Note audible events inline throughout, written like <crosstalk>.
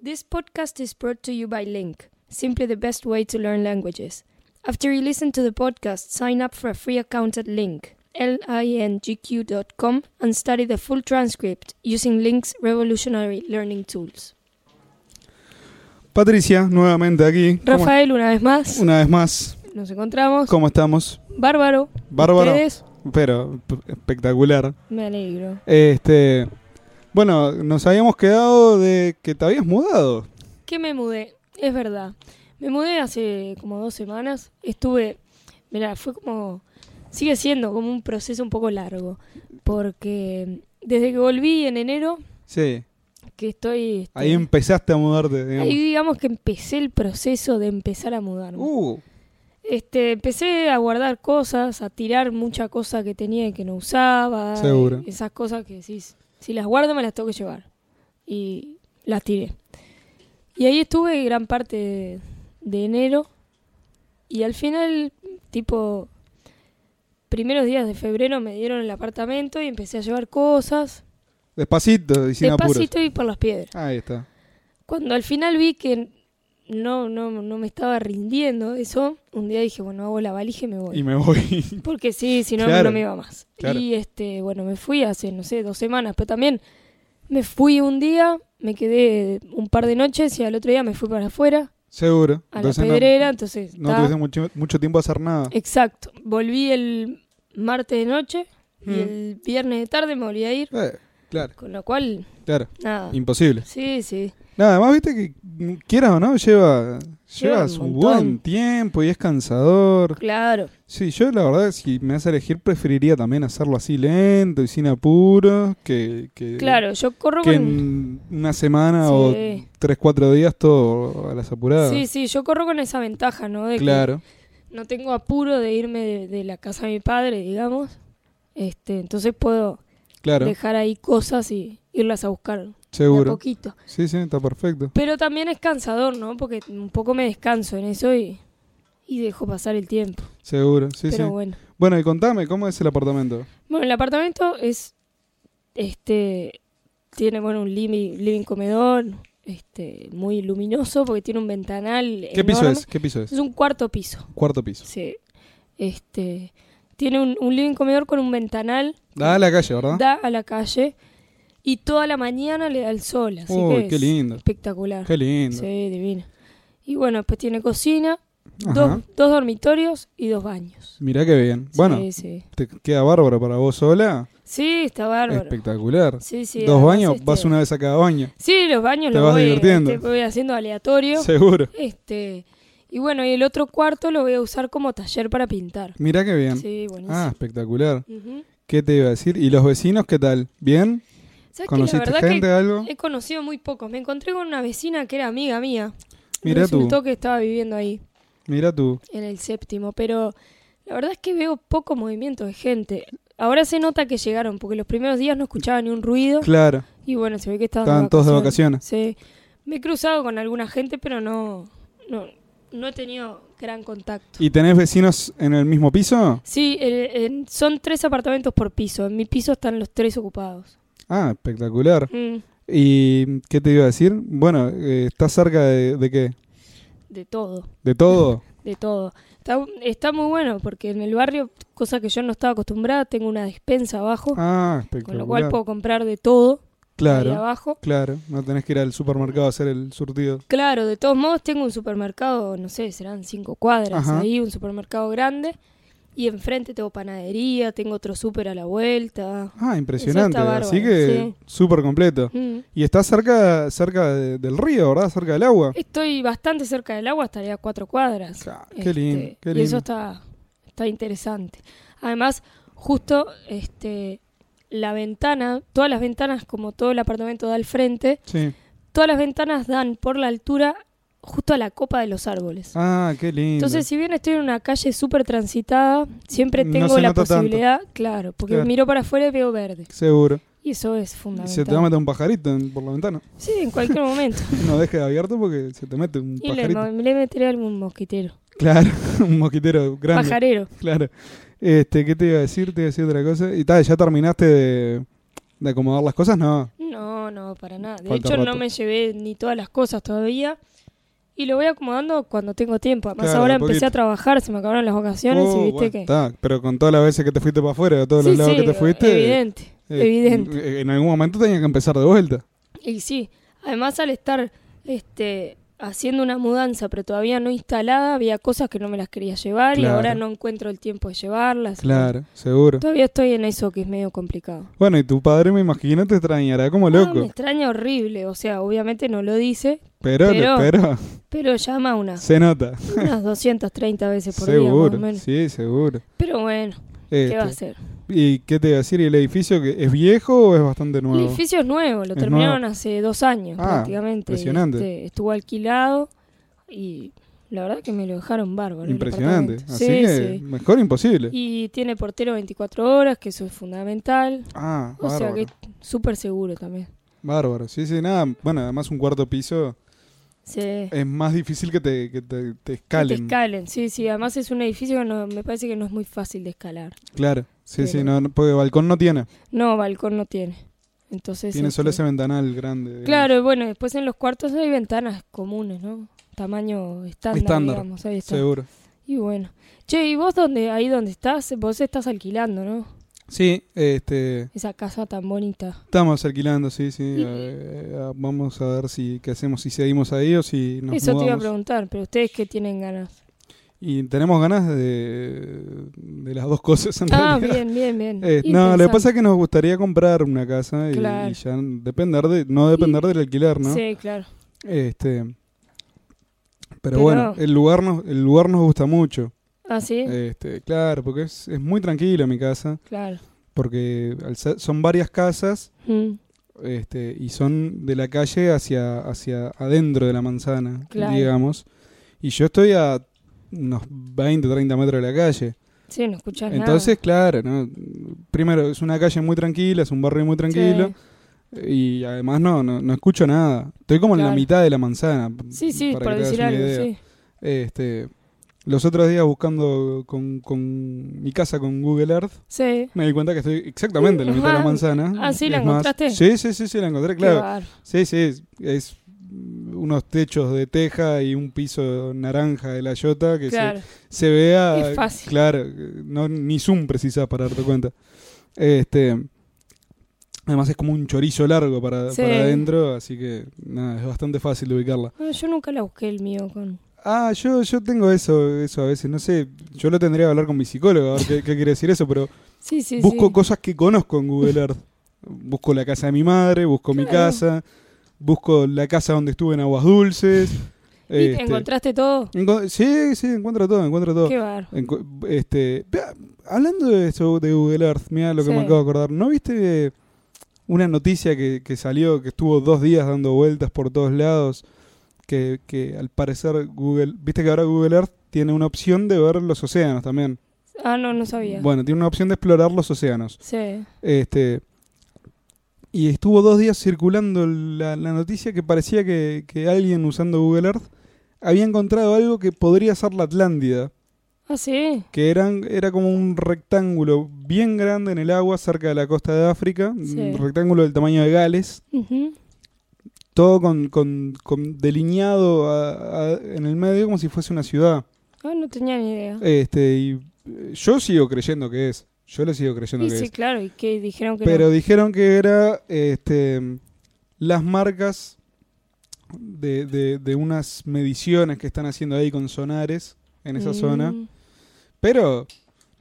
This podcast is brought to you by Link, simply the best way to learn languages. After you listen to the podcast, sign up for a free account at Link, lingq.com, and study the full transcript using Link's revolutionary learning tools. Patricia, nuevamente aquí. ¿Cómo- Rafael, una vez más, Una vez más, nos encontramos. ¿cómo estamos? Bárbaro. Bárbaro, ¿Ustedes? pero p- espectacular. Me alegro. Este, bueno, nos habíamos quedado de que te habías mudado. que me mudé, es verdad. Me mudé hace como dos semanas. Estuve, mira, fue como, sigue siendo como un proceso un poco largo, porque desde que volví en enero, Sí, que estoy, este, ahí empezaste a mudarte. digamos. ahí digamos que empecé el proceso de empezar a mudarme. Uh, Este, empecé a guardar cosas, a tirar mucha cosa que tenía y que no usaba. Seguro. eh, Esas cosas que decís, si las guardo me las tengo que llevar. Y las tiré. Y ahí estuve gran parte de, de enero. Y al final, tipo, primeros días de febrero me dieron el apartamento y empecé a llevar cosas. despacito y sin despacito y por las piedras. apuros. Ahí está. Cuando al final vi que no, no, no me estaba rindiendo eso, un día dije, bueno, hago la valija y me voy. Y me voy. <laughs> Porque sí, si no, Claro. no me iba más. Claro. Y este, bueno, me fui hace, no sé, dos semanas, pero también me fui un día, me quedé un par de noches y al otro día me fui para afuera, Seguro. a Entonces la no- pedrera, Eh. entonces... no, ta. tuviste mucho, mucho tiempo a hacer nada. Exacto. Volví el martes de noche y Mm. el viernes de tarde me volví a ir, Eh, claro, con lo cual, claro. nada. Imposible. Sí, sí. Nada más, viste que mm, quieras o no, lleva, Lleva lleva un su montón. buen tiempo y es cansador. Claro. Sí, yo la verdad, si me hace elegir, preferiría también hacerlo así lento y sin apuros, que, que, Claro, yo corro con... que en una semana Sí. o tres, cuatro días todo a las apuradas. Sí, sí, yo corro con esa ventaja, ¿no? De que claro. no tengo apuro de irme de, de la casa de mi padre, digamos. Este, entonces puedo Claro, dejar ahí cosas y irlas a buscar de a seguro. poquito. Sí, sí, está perfecto. Pero también es cansador, ¿no? Porque un poco me descanso en eso y, y dejo pasar el tiempo. Seguro, sí, Pero sí. bueno. Bueno, y contame, ¿cómo es el apartamento? Bueno, el apartamento es este tiene bueno un living, living comedor, este muy luminoso porque tiene un ventanal ¿Qué piso es? ¿Qué piso es? Es un cuarto piso. Cuarto piso. Sí. Este, tiene un, un living comedor con un ventanal, Da a la calle, ¿verdad? da a la calle y toda la mañana le da el sol. Así Uy, que es qué lindo. Espectacular. Qué lindo. Sí, divino. Y bueno, después tiene cocina, Ajá. dos, dos dormitorios y dos baños. Mirá qué bien. Bueno, Sí, sí. te queda bárbaro para vos sola. Sí, está bárbaro. Espectacular. Sí, sí, Dos además, baños, este- vas una vez a cada baño. Sí, los baños Te los vas voy, divirtiendo. este, voy haciendo aleatorio. Seguro. Este, y bueno, y el otro cuarto lo voy a usar como taller para pintar. Mirá qué bien. Sí, buenísimo. Ah, espectacular. Ujú. ¿Qué te iba a decir? ¿Y los vecinos qué tal? ¿Bien? ¿Sabes que la ¿Conociste verdad gente que algo? He conocido muy pocos. Me encontré con una vecina que era amiga mía. Mirá tú, Resultó que estaba viviendo ahí, mirá tú. en el séptimo. Pero la verdad es que veo poco movimiento de gente. Ahora se nota que llegaron, porque los primeros días no escuchaba ni un ruido. Claro, Y bueno, se ve que estaban, estaban todos de vacaciones. Sí. Me he cruzado con alguna gente, pero no, no, no he tenido gran contacto. ¿Y tenés vecinos en el mismo piso? Sí, eh, en- son tres apartamentos por piso. En mi piso están los tres ocupados. Ah, espectacular. Mm, ¿Y qué te iba a decir? Bueno, eh, ¿estás cerca de, de qué? de todo. <laughs> ¿De todo? de todo. Está, está muy bueno porque en el barrio, cosa que yo no estaba acostumbrada, tengo una despensa abajo, Ah, con espectacular. lo cual puedo comprar de todo ahí Claro, abajo. claro. No tenés que ir al supermercado a hacer el surtido. Claro, de todos modos tengo un supermercado, no sé, serán cinco cuadras Ajá. ahí, un supermercado grande. Y enfrente tengo panadería, tengo otro súper a la vuelta. Ah, impresionante. bárbaro, Así que súper completo. Mm. Y estás cerca, cerca de- del río, ¿verdad? Cerca del agua. Estoy bastante cerca del agua, estaría a cuatro cuadras. Este, Claro, qué lindo, qué Y eso lindo. está, está interesante. Además, justo este, la ventana, todas las ventanas, como todo el apartamento da al frente, Sí. todas las ventanas dan por la altura justo a la copa de los árboles. Ah, qué lindo. Entonces, si bien estoy en una calle súper transitada, siempre No tengo se la nota tanto. posibilidad, claro, porque Claro. miro para afuera y veo verde. Seguro. Y eso es Y fundamental. se te va a meter un pajarito en- por la ventana. Sí, en cualquier <laughs> momento. No dejes abierto porque se te mete un y le, pajarito. le meteré algún mosquitero. Claro, <laughs> un mosquitero grande. Pajarero. Claro. Este, ¿qué te iba a decir? Te iba a decir otra cosa. Y tal, ya terminaste de, De acomodar las cosas, no. No, no, para nada. De Falta hecho, no rato. me llevé ni todas las cosas todavía. Y lo voy acomodando cuando tengo tiempo. Además, Claro, ahora de a empecé a poquito. trabajar, se me acabaron las vacaciones Oh, y viste bueno, que. está. Pero con todas las veces que te fuiste para afuera, a todos los Sí, lados sí, que te fuiste. Evidente, eh, evidente. eh, En algún momento tenía que empezar de vuelta. Y sí, además al estar este, haciendo una mudanza, pero todavía no instalada, había cosas que no me las quería llevar y Claro. ahora no encuentro el tiempo de llevarlas. Claro, seguro. Todavía estoy en eso que es medio complicado. Bueno, y tu padre, me imagino, te extrañará como Ah, me loco. extraña horrible, o sea, obviamente no lo dice, Pero, pero- <laughs> pero, pero llama unas, se nota. <laughs> unas 230 veces por día, más o seguro, menos. sí, seguro. Pero bueno, ¿qué Este, va a hacer? ¿Y qué te iba a decir? ¿Y el edificio que es viejo o es bastante nuevo? El edificio es nuevo, lo Es terminaron hace dos años Ah, prácticamente. impresionante. Este, estuvo alquilado y la verdad que me lo dejaron bárbaro. el Impresionante. departamento. Así Sí, que sí. mejor imposible. Y tiene portero 24 horas, que eso es fundamental. Ah, O sea bárbaro. que es súper seguro también. Bárbaro. Sí, sí, nada. Bueno, además un cuarto piso Sí. es más difícil que te, que te, te Que te escalen. escalen, Este sí, sí. Además es un edificio que no- me parece que no es muy fácil de escalar. Claro. Sí, Pero- sí, no, no, porque balcón no tiene. No, balcón no tiene. Entonces. tiene solo este, ese ventanal grande. digamos. Claro, y bueno, después en los cuartos hay ventanas comunes, ¿no? Tamaño estándar, Estándar, digamos. Ahí está. Seguro. Y bueno. Che, ¿y vos dónde, ahí donde estás? Vos estás alquilando, ¿no? Sí, este, Esa casa tan bonita. estamos alquilando, sí, sí. eh, vamos a ver si qué hacemos, si seguimos ahí o si nos Eso te iba a mudamos. preguntar, pero ustedes qué tienen ganas. Y tenemos ganas de, de las dos cosas en Ah, realidad. bien, bien, bien. <laughs> Eh, no, lo que Interesante. pasa es que nos gustaría comprar una casa y, Claro. y ya depender de, no depender del alquiler, ¿no? Sí, claro. Este, pero, Pero- bueno, el lugar nos, el lugar nos gusta mucho. Ah, sí, Este, claro, porque es, es muy tranquilo mi casa, claro. porque al ser- son varias casas Mm, este, y son de la calle hacia, hacia adentro de la manzana, Claro. digamos. Y yo estoy a unos 20, 30 metros de la calle. Sí, no escuchás nada. Entonces, claro, ¿no? primero es una calle muy tranquila, es un barrio muy tranquilo. Y además no, no, no escucho nada. Estoy como en Claro. la mitad de la manzana. Sí, sí, sí, para por que te hagas decir una algo, idea. sí. Este, los otros días buscando con, con mi casa con Google Earth, Sí. me di cuenta que estoy exactamente en la mitad de Ajá. la manzana. Ah, sí, Es ¿la más- encontraste? Sí, sí, sí, sí, la encontré, claro. Qué bárbaro. Sí, sí, es, es unos techos de teja y un piso naranja de la Yota que se- claro. se, vea. Es fácil. Claro, eh, no, ni Zoom precisas para darte cuenta. Este, además es como un chorizo largo para, Sí. para adentro, así que nada, es bastante fácil de ubicarla. Bueno, Ah, yo nunca la busqué el mío con... Ah, yo, yo tengo eso, eso a veces, no sé, yo lo tendría que hablar con mi psicólogo, a ver qué, qué quiere decir eso, pero <laughs> Sí, sí, busco sí. cosas que conozco en Google Earth. Busco la casa de mi madre, busco mi Claro. casa, busco la casa donde estuve en Aguas Dulces. <laughs> ¿Y te este, encontraste todo? enco- sí, sí, encuentro todo, encuentro todo. Qué bar. Encu- este, vea, hablando de eso de Google Earth, mira lo que Sí. me acabo de acordar. ¿No viste una noticia que, que salió, que estuvo dos días dando vueltas por todos lados? Que, que al parecer Google, viste que ahora Google Earth tiene una opción de ver los océanos también. Ah, no, no sabía. Bueno, tiene una opción de explorar los océanos. Sí. Este, y estuvo dos días circulando la, la noticia que parecía que, que alguien usando Google Earth había encontrado algo que podría ser la Atlántida, Ah, sí. que eran, era como un rectángulo bien grande en el agua cerca de la costa de África, Sí. un rectángulo del tamaño de Gales, Ujú. todo con, con- con delineado a- a- en el medio como si fuese una ciudad. Ah, no tenía ni idea. Este, y eh, yo sigo creyendo que es, yo lo sigo creyendo Y que sí, es. claro, y que dijeron que Pero no. dijeron que era este, las marcas de, de- de unas mediciones que están haciendo ahí con sonares en esa Mm. zona. Pero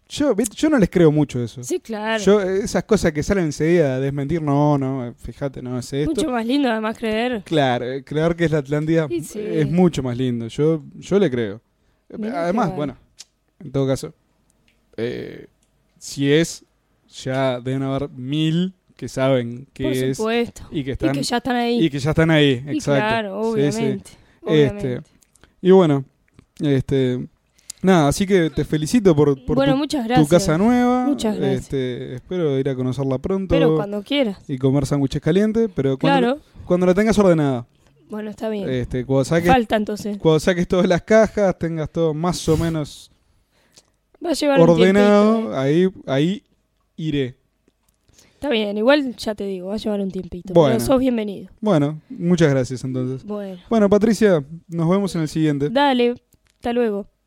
yo, ¿viste? yo no les creo mucho eso. Sí, claro. Yo, eh, esas cosas que salen enseguida a desmentir, no, no, eh, fíjate, no es esto. Mucho más lindo además creer. Claro, eh, creer que es la Atlántida Y sí. es mucho más lindo. Yo, yo le creo. Mirá qué Además, bárbaro. bueno, en todo caso, eh, si es, ya deben haber mil que saben por que es supuesto. y que están Y que ya están ahí. y que ya están ahí. Y exacto. claro, Sí, Este, sí. obviamente. obviamente. Y bueno, este, nada, así que te felicito por, por bueno, tu- muchas tu, gracias. casa nueva. Muchas gracias. Este, espero ir a conocerla pronto. Pero cuando quieras. y comer sándwiches calientes, pero cuando, Claro. Eh, cuando la tengas ordenada, Bueno, está bien. este, cuando, saques, Falta entonces. cuando saques todas las cajas, tengas todo más o menos Va a llevar un ordenado, tiempito, ¿eh? ahí, ahí iré. Está bien, igual ya te digo, va a llevar un tiempito. Bueno. Pero sos bienvenido. Bueno, muchas gracias entonces. Bueno, Bueno, Patricia, nos vemos en el siguiente. dale, hasta luego.